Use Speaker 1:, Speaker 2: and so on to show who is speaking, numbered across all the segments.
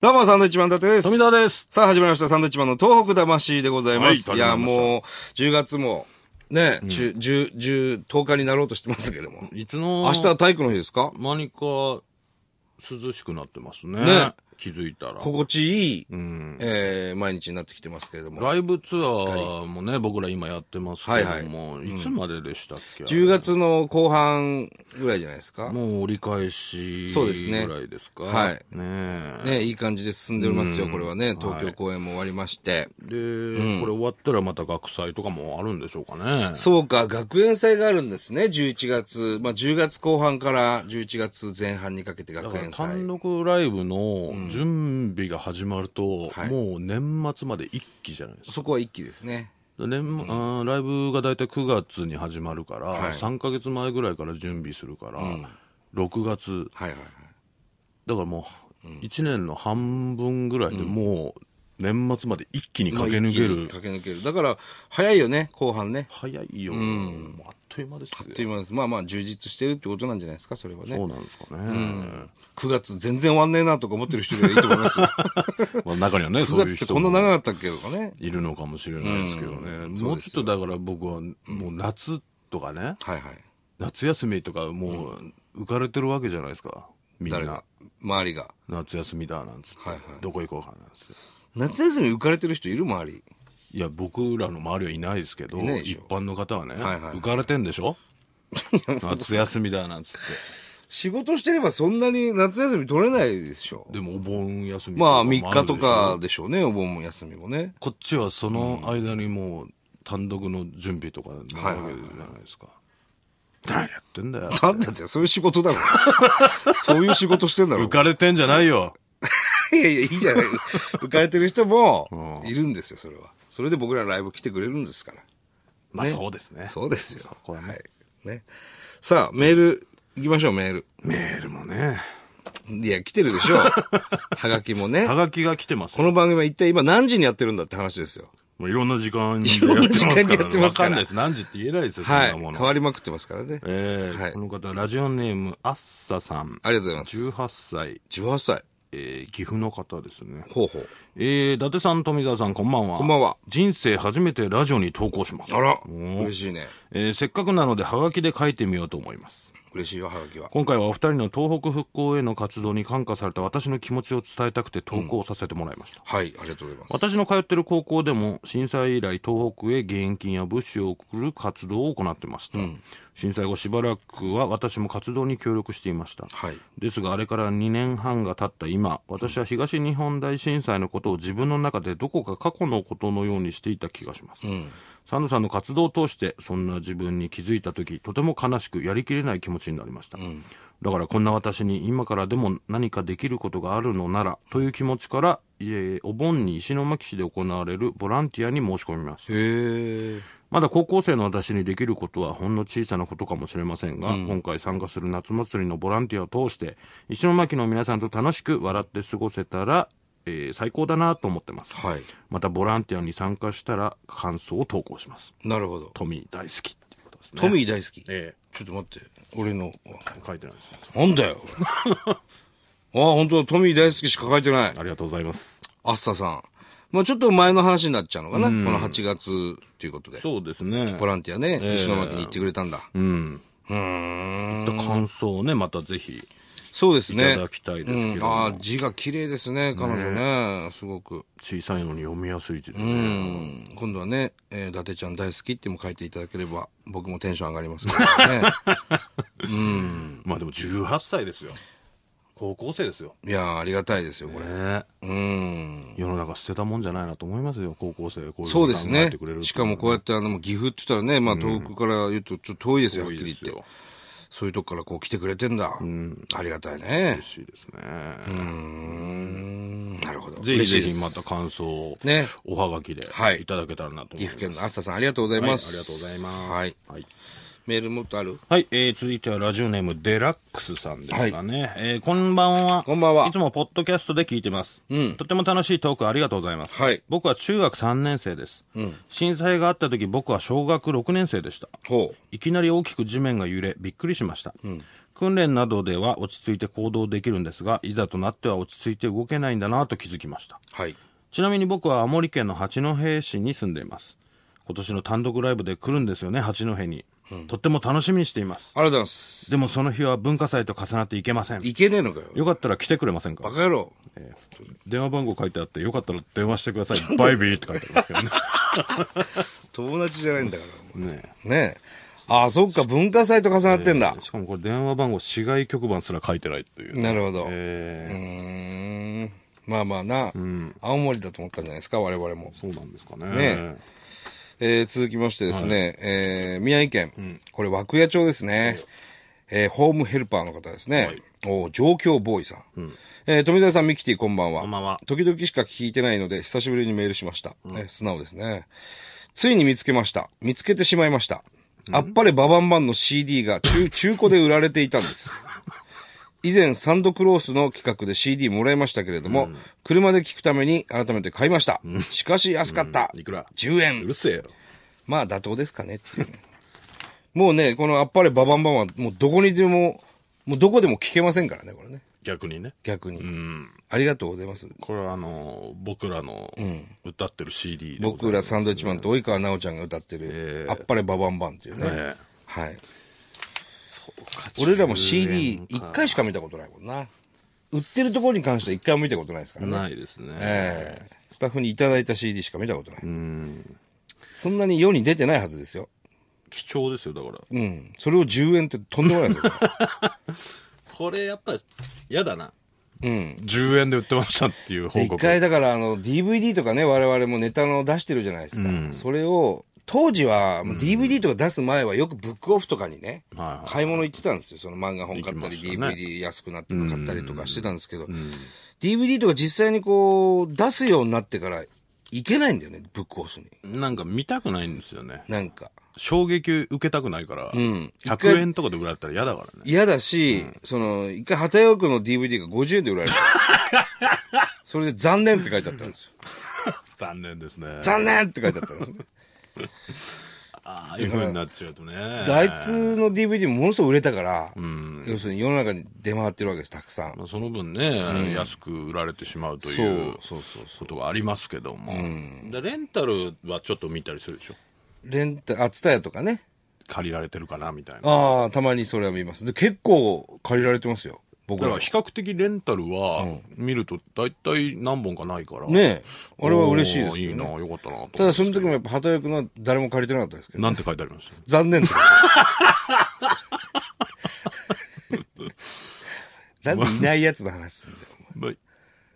Speaker 1: どうも、サンドイッチマン伊達です。
Speaker 2: 富澤です。
Speaker 1: さあ、始まりました。サンドイッチマンの東北魂でございます。、
Speaker 2: はいい
Speaker 1: や、
Speaker 2: 始まりました
Speaker 1: もう、10月も、ね、10、10、10、10日になろうとしてますけども。
Speaker 2: いつの
Speaker 1: 明日は体育の日ですか
Speaker 2: 間にか涼しくなってますね。
Speaker 1: ね
Speaker 2: 気づいたら。
Speaker 1: 心地いい、
Speaker 2: うん。
Speaker 1: えー、毎日になってきてますけれども。
Speaker 2: ライブツアーもね、僕ら今やってますけども、いつまででしたっけ、
Speaker 1: 10月の後半ぐらいじゃないですか。
Speaker 2: もう折り返し
Speaker 1: そうですね
Speaker 2: ぐらいですか。
Speaker 1: はい
Speaker 2: ねえ
Speaker 1: ね、いい感じで進んでおりますよ、これはね。東京
Speaker 2: はい
Speaker 1: 公演も終わりまして。
Speaker 2: で、これ終わったらまた学祭とかもあるんでしょうかね。
Speaker 1: そうか、学園祭があるんですね、11月。まあ、10月後半から11月前半にかけて
Speaker 2: だ
Speaker 1: 学
Speaker 2: から
Speaker 1: 園祭。
Speaker 2: 単独ライブの準備が始まると、
Speaker 1: はい
Speaker 2: もう年末まで一期じゃないですか
Speaker 1: そこは一気ですね。
Speaker 2: 年あーライブが大体9月に始まるから、
Speaker 1: はい
Speaker 2: 3か月前ぐらいから準備するから、6月
Speaker 1: はいはいはい。
Speaker 2: だからもう1年の半分ぐらいでもう年末まで一気に駆け抜け
Speaker 1: まあ一気に
Speaker 2: る、
Speaker 1: 駆け抜ける。だから、早いよね、後半ね。
Speaker 2: 早いよ、もうあっという間です
Speaker 1: という
Speaker 2: よ
Speaker 1: ものです。まあまあ、充実してるってことなんじゃないですか、それは
Speaker 2: そ
Speaker 1: ね
Speaker 2: う。なんですかね、
Speaker 1: 9月全然終わんねえなとか思ってる人がいいと思いますよ。
Speaker 2: まあ、中にはね
Speaker 1: 9
Speaker 2: そうい
Speaker 1: 月
Speaker 2: う
Speaker 1: って
Speaker 2: 人
Speaker 1: こんな
Speaker 2: も
Speaker 1: 長かったっけとかね。
Speaker 2: いるのかもしれないですけどね、もうちょっとだから僕はもう夏とかね、
Speaker 1: はいはい。
Speaker 2: 夏休みとかもう浮かれてるわけじゃないですかみん
Speaker 1: 誰
Speaker 2: な
Speaker 1: が。周りが。
Speaker 2: 夏休みだなんつって、
Speaker 1: はいはい
Speaker 2: どこ行こうかなんつって
Speaker 1: 夏休み浮かれてる人いる周り。
Speaker 2: いや僕らの周りはいないですけど
Speaker 1: いないでし
Speaker 2: 一
Speaker 1: ょ
Speaker 2: 般の方はね、
Speaker 1: はいはい
Speaker 2: 浮かれてんでしょ夏休みだなんつって
Speaker 1: 仕事してればそんなに夏休み取れないでしょ。
Speaker 2: でもお盆休み
Speaker 1: まあ、
Speaker 2: もる
Speaker 1: 3日と
Speaker 2: でしょ
Speaker 1: かでしょうね、お盆も休みもね。
Speaker 2: こっちはその間にもう単独の準備とかなわけじゃないですか、何やってんだよ
Speaker 1: なんだって、そういう仕事だろ。 そういう仕事してんだろ
Speaker 2: 浮。かれてんじゃないよ
Speaker 1: いやいや、いいじゃ ない。浮かれてる人もいるんですよ、それは。それで僕らライブ来てくれるんですから。
Speaker 2: まあそうですね
Speaker 1: そうですよ。
Speaker 2: そこはね
Speaker 1: い。ね。さあ、メール、行きましょう、メール。
Speaker 2: メールもね
Speaker 1: いや、来てるでし ょう。はがきもね
Speaker 2: は。がきが来てます
Speaker 1: こ
Speaker 2: よ
Speaker 1: の番組は一体今何時にやってるんだって話ですよ。
Speaker 2: もういろんな時間に
Speaker 1: いろんな時間にやってますから
Speaker 2: わかんないです何時って言えないですよ、
Speaker 1: はい。
Speaker 2: そんなも
Speaker 1: 変
Speaker 2: の
Speaker 1: わりまくってますからね。
Speaker 2: えー
Speaker 1: はい
Speaker 2: この方、ラジオネーム、アッサさん。
Speaker 1: ありがとうございます。
Speaker 2: 18歳、
Speaker 1: 18歳。
Speaker 2: えー岐阜の方ですね。
Speaker 1: ほうほう。
Speaker 2: えー、伊達さん、富澤さん、こんばんは。
Speaker 1: こんばんは。
Speaker 2: 人生初めてラジオに投稿します。
Speaker 1: あら、
Speaker 2: お
Speaker 1: 嬉
Speaker 2: ー
Speaker 1: しいね。
Speaker 2: えーせっかくなので、ハガキで書いてみようと思います。
Speaker 1: 嬉しいよ、はがきは。
Speaker 2: 今回はお二人の東北復興への活動に感化された私の気持ちを伝えたくて投稿させてもらいました。
Speaker 1: はい、ありがとうございます。
Speaker 2: 私の通ってる高校でも震災以来東北へ義援金や物資を送る活動を行ってました、震災後しばらくは私も活動に協力していました、
Speaker 1: はい。
Speaker 2: ですがあれから2年半が経った今私は東日本大震災のことを自分の中でどこか過去のことのようにしていた気がします、サンドさんの活動を通してそんな自分に気づいた時とても悲しくやりきれない気持ちになりました、だからこんな私に今からでも何かできることがあるのならという気持ちから、えーお盆に石巻市で行われるボランティアに申し込みました
Speaker 1: へえ。
Speaker 2: まだ高校生の私にできることはほんの小さなことかもしれませんが、今回参加する夏祭りのボランティアを通して、石巻の皆さんと楽しく笑って過ごせたら、えー最高だなと思ってます。
Speaker 1: はい。
Speaker 2: またボランティアに参加したら感想を投稿します。
Speaker 1: なるほど。
Speaker 2: トミー大好きっていうことですね。
Speaker 1: トミー大好き。
Speaker 2: え
Speaker 1: ちょっと待って。俺の。
Speaker 2: え書いてないですね。
Speaker 1: なん だよ。ああ、本当だトミー大好きしか書いてない。
Speaker 2: ありがとうございます。
Speaker 1: アッサさん。まあちょっと前の話になっちゃうのかな。この8月ということで。
Speaker 2: そうですね
Speaker 1: ボ。ランティアね、石巻に行ってくれたんだ。
Speaker 2: うん。
Speaker 1: うーん。
Speaker 2: 感想をね、またぜひ。
Speaker 1: そうですね。
Speaker 2: いただきたいですけど
Speaker 1: うん
Speaker 2: も
Speaker 1: ああ、字が綺麗ですね、彼女ね。すごく。
Speaker 2: 小さいのに読みやすい字でね。
Speaker 1: うん。今度はね、えー、伊達ちゃん大好きっても書いていただければ、僕もテンション上がりますからね。
Speaker 2: まあでも18歳ですよ。高校生ですよ。
Speaker 1: いやー、ありがたいですよ、これ。
Speaker 2: ねえ。
Speaker 1: うん。
Speaker 2: 世の中捨てたもんじゃないなと思いますよ、高校生、こういう
Speaker 1: そう
Speaker 2: ふ
Speaker 1: で
Speaker 2: に考
Speaker 1: す
Speaker 2: え
Speaker 1: ね
Speaker 2: てくれる。
Speaker 1: しかもこうやって、あの、もう岐阜って言ったらね、まあ遠くから言うとちょっと遠いですよ、
Speaker 2: 多
Speaker 1: はっ
Speaker 2: い
Speaker 1: きり
Speaker 2: です
Speaker 1: 言って
Speaker 2: よ。。
Speaker 1: そういうとこからこう来てくれてんだ。ありがたいね
Speaker 2: 嬉。しいですね。
Speaker 1: うんなるほど。
Speaker 2: ぜひぜ
Speaker 1: 嬉しい
Speaker 2: ひ
Speaker 1: です
Speaker 2: また感想を、
Speaker 1: ね
Speaker 2: おはがきで、
Speaker 1: はい
Speaker 2: いただけたらなと
Speaker 1: 岐
Speaker 2: 思います。
Speaker 1: 阜県のあっささん、ありがとうございます。
Speaker 2: はいありがとうございます
Speaker 1: はい。
Speaker 2: はい。
Speaker 1: メールもっとある
Speaker 2: はい、えー、続いてはラジオネームデラックスさんですかね。えー、こんばんは。
Speaker 1: こんばんはい
Speaker 2: つもポッドキャストで聞いてます。
Speaker 1: うん
Speaker 2: とても楽しいトークありがとうございます。
Speaker 1: はい
Speaker 2: 僕は中学3年生です。
Speaker 1: ん
Speaker 2: 震災があった時僕は小学6年生でした。
Speaker 1: ほ
Speaker 2: いきなり大きく地面が揺れびっくりしました、訓練などでは落ち着いて行動できるんですが、いざとなっては落ち着いて動けないんだなと気づきました。
Speaker 1: はい。
Speaker 2: ちなみに僕は青森県の八戸市に住んでいます。今年の単独ライブで来るんですよね、八戸に。とっても楽しみにしています。
Speaker 1: ありがとうございます。
Speaker 2: でもその日は文化祭と重なっていけません。
Speaker 1: いけねえのかよ。
Speaker 2: よかったら来てくれません
Speaker 1: バ
Speaker 2: か
Speaker 1: カ野郎。
Speaker 2: 電話番号書いてあって、よかったら電話してください。バイビーって書いてありますけどね。
Speaker 1: 友達じゃないんだから。
Speaker 2: ね
Speaker 1: ねえ。ああ、そっか、文化祭と重なってんだ
Speaker 2: え。しかもこれ電話番号、市外局番すら書いてないっていう。
Speaker 1: なるほど。うー
Speaker 2: えー
Speaker 1: ん。まあまあな、青森だと思ったんじゃないですか、我々も。
Speaker 2: そうなんですかね。
Speaker 1: ねえー続きましてですね、えー宮城県、これ、涌谷町ですね。えーホームヘルパーの方ですね。お上京ボーイさん。えー富澤さん、ミキティ、こんばんは。
Speaker 2: こんばんは
Speaker 1: 時々しか聞いてないので、久しぶりにメールしました。えー素直ですね。ついに見つけました。見つけてしまいました。あっぱれババンバンの CD が 中、中古で売られていたんです。以前、サンドクロースの企画で CD もらいましたけれども、車で聞くために改めて買いました。しかし安かった。
Speaker 2: うんいくら
Speaker 1: ?10 円。
Speaker 2: うるせえよ。
Speaker 1: まあ妥当ですかねっていうねもうね、このあっぱれババンバンは、もうどこにでも、もうどこでも聞けませんからね、これね。
Speaker 2: 逆にね。
Speaker 1: 逆に。
Speaker 2: うん。
Speaker 1: ありがとうございます。
Speaker 2: これはあのー、僕らの歌ってる CD でござい
Speaker 1: 僕
Speaker 2: ま
Speaker 1: ら
Speaker 2: す。
Speaker 1: サンドウィッチマンと及川奈緒ちゃんが歌ってる
Speaker 2: え、え
Speaker 1: あっぱれババンバンっていうね。
Speaker 2: ね
Speaker 1: はい。 俺らも CD、一回しか見たことないもんな。売ってるところに関しては一回も見たことないですからね。
Speaker 2: ないですね。
Speaker 1: ええスタッフにいただいた CD しか見たことない。
Speaker 2: うん。
Speaker 1: そんなに世に出てないはずですよ。
Speaker 2: 貴重ですよ、だから。
Speaker 1: うん。それを10円ってとんでもないですよ。
Speaker 2: これやっぱ、嫌だな。
Speaker 1: うん。
Speaker 2: 10円で売ってましたっていう報
Speaker 1: 一
Speaker 2: 告。
Speaker 1: 回だからあの DVD とかね、我々もネタの出してるじゃないですか。それを、当時はもう DVD とか出す前はよくブックオフとかにね、
Speaker 2: はいはい
Speaker 1: 買い物行ってたんですよ。その漫画本買ったり、
Speaker 2: 行きましたね
Speaker 1: DVD 安くなってるの買ったりとかしてたんですけど、DVD とか実際にこう出すようになってから行けないんだよね、ブックオフに。
Speaker 2: なんか見たくないんですよね。
Speaker 1: なんか。
Speaker 2: 衝撃受けたくないから、
Speaker 1: ん
Speaker 2: 100円とかで売られたら嫌だからね。
Speaker 1: 嫌だし、その、一回、畑岡の DVD が50円で売ら れた。それで残念って書いてあったんですよ。
Speaker 2: 残念ですね。
Speaker 1: 残念って書いてあったんですよ。
Speaker 2: ああいう風になっちゃうとね。
Speaker 1: あいつの DVD もものすごく売れたから、
Speaker 2: ん
Speaker 1: 要するに世の中に出回ってるわけです、たくさん。
Speaker 2: まあその分ね、安く売られてしまうという
Speaker 1: そうそうそう
Speaker 2: ことがありますけども、でレンタルはちょっと見たりするでしょ
Speaker 1: レンタ、あ、ツタヤとかね。
Speaker 2: 借りられてるかなみたいな
Speaker 1: ああ、たまにそれは見ます。で、結構借りられてますよ、僕
Speaker 2: だから
Speaker 1: ら。
Speaker 2: 比較的レンタルは見ると大体何本かないから
Speaker 1: ねえ、あれは嬉しいです
Speaker 2: おーいい
Speaker 1: よ、
Speaker 2: な
Speaker 1: ね。
Speaker 2: よかったなと思って
Speaker 1: ただ、その時もやっぱ、畑岡の誰も借りてなかったですけど。
Speaker 2: なんて書いてありました
Speaker 1: 残念だ。 なんでいないやつの話すんだよ。
Speaker 2: まあ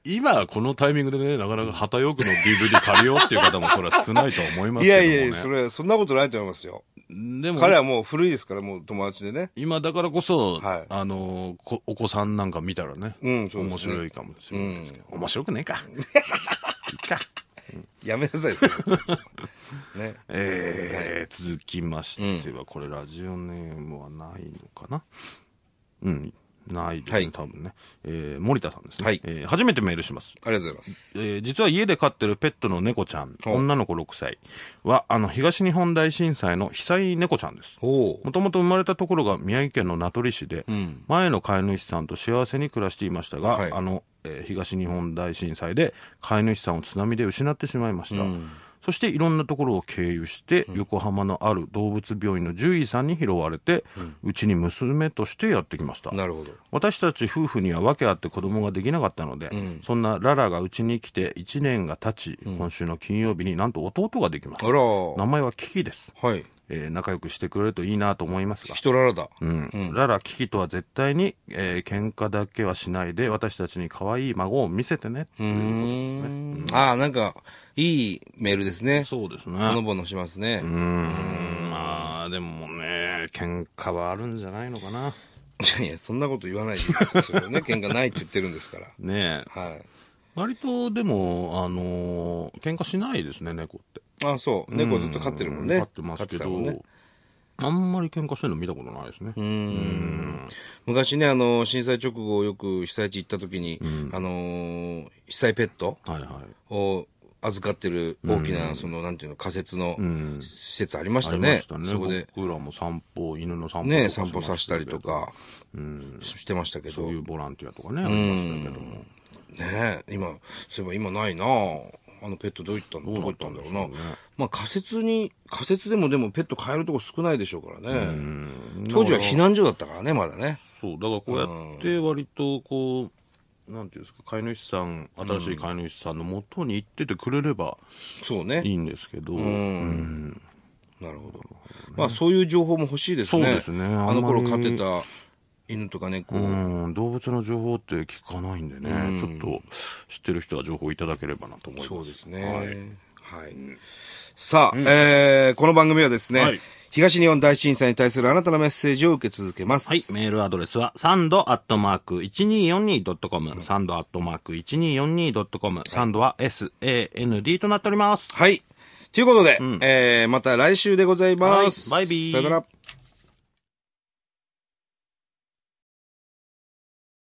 Speaker 2: 今このタイミングでねなかなか旗よくの DVD 借りようっていう方もそれは少ないとは思います
Speaker 1: い
Speaker 2: け
Speaker 1: や
Speaker 2: ども、ね、
Speaker 1: いやいや、それは、そんなことないと思いますよ。
Speaker 2: でも
Speaker 1: 彼はもう古いですから、もう友達でね。
Speaker 2: 今だからこそ、
Speaker 1: はい
Speaker 2: あのこお子さんなんか見たらね、
Speaker 1: うんそうですね
Speaker 2: 面白いかもしれないですけど、面白くねえかいいか
Speaker 1: やめなさい、それ ね。
Speaker 2: えー続きましては、これラジオネームはないのかなうんないですね、
Speaker 1: はい
Speaker 2: 多分ね、えー森田さんですね、
Speaker 1: はい
Speaker 2: えー初めてメールします
Speaker 1: ありがとうございます。
Speaker 2: えー実は家で飼ってるペットの猫ちゃん、
Speaker 1: ほう
Speaker 2: 女の子6歳は、あの、東日本大震災の被災猫ちゃんです。
Speaker 1: おう
Speaker 2: もともと生まれたところが宮城県の名取市で、
Speaker 1: ん
Speaker 2: 前の飼い主さんと幸せに暮らしていましたが、
Speaker 1: はい
Speaker 2: あの、えー東日本大震災で飼い主さんを津波で失ってしまいました。そしていろんなところを経由して、横浜のある動物病院の獣医さんに拾われて、うち、に娘としてやってきました。
Speaker 1: なるほど。
Speaker 2: 私たち夫婦には訳あって子供ができなかったので、そんなララがうちに来て1年が経ち、今週の金曜日になんと弟ができまし
Speaker 1: あ
Speaker 2: た。名
Speaker 1: ら
Speaker 2: 前はキキです、
Speaker 1: はい。
Speaker 2: えー仲良くしてくれるといいなと思いますが、
Speaker 1: 人ららだ。
Speaker 2: うんララ、キキとは絶対に、えー喧嘩だけはしないで、私たちに可愛い孫を見せてね。
Speaker 1: うん。ああ、なんか、いいメールですね。
Speaker 2: そうですね。
Speaker 1: ほのぼのしますね。
Speaker 2: うーん、まあ、でもね、喧嘩はあるんじゃないのかな。
Speaker 1: いやいや、そんなこと言わないでくださいそれを ね。喧嘩ないって言ってるんですから。
Speaker 2: ねえ、
Speaker 1: はい。
Speaker 2: 割とでも、あのー喧嘩しないですね、猫って。
Speaker 1: あそう。猫ずっと飼ってるもんね。
Speaker 2: 飼ってます
Speaker 1: 飼って
Speaker 2: け
Speaker 1: た
Speaker 2: ど、
Speaker 1: もんね
Speaker 2: あんまり喧嘩してるの見たことないですね。
Speaker 1: 昔ね、あの、震災直後よく被災地行った時に、あのー被災ペット
Speaker 2: はいは
Speaker 1: を預かってる大きな、その、なんていうの、仮設の
Speaker 2: ん
Speaker 1: 施設ありまし
Speaker 2: あ
Speaker 1: た
Speaker 2: りま
Speaker 1: ね
Speaker 2: した。ね。
Speaker 1: そこで、
Speaker 2: 僕らも散歩、犬の散歩とか
Speaker 1: ね、
Speaker 2: し
Speaker 1: 散歩
Speaker 2: ま
Speaker 1: させたりと
Speaker 2: けど。
Speaker 1: か、ししてましたけど
Speaker 2: そうい。うボランティアとかね、ありましたけども。
Speaker 1: ねえ、今、そういえば今ないなああのペットどういったんだど
Speaker 2: どう
Speaker 1: こ
Speaker 2: な
Speaker 1: 行っ
Speaker 2: ったた
Speaker 1: ん
Speaker 2: ん
Speaker 1: だ
Speaker 2: で
Speaker 1: ろ
Speaker 2: し
Speaker 1: う
Speaker 2: ょう
Speaker 1: な
Speaker 2: ね。
Speaker 1: まあ仮設に、仮設でもでもペット飼えるとこ少ないでしょうからね。
Speaker 2: うん
Speaker 1: 当時は避難所だったからね、まだね。
Speaker 2: そう、だからこうやって割とこう、なんていうんですか、飼い主さん、新しい飼い主さんの元に行っててくれれば
Speaker 1: そうね。
Speaker 2: いいんですけど、
Speaker 1: うん。なるほど。まあそういう情報も欲しいですね。
Speaker 2: そうですね
Speaker 1: あの頃
Speaker 2: あん
Speaker 1: 飼
Speaker 2: ま
Speaker 1: っ
Speaker 2: り
Speaker 1: てた犬とか猫、
Speaker 2: うん、動物の情報って聞かないんでね、ちょっと知ってる人は情報いただければなと思います。
Speaker 1: そうですね。
Speaker 2: は
Speaker 1: はいい。さあ、えーこの番組はですね、
Speaker 2: はい
Speaker 1: 東日本大震災に対するあなたのメッセージを受け続けます。
Speaker 2: はい、メールアドレスは、サンドアットマーク 1242.com、サンドアットマーク 1242.com、サンドは SAND となっております。
Speaker 1: はい。ということで、えーまた来週でございます。
Speaker 2: はいバイビー
Speaker 1: さよなら。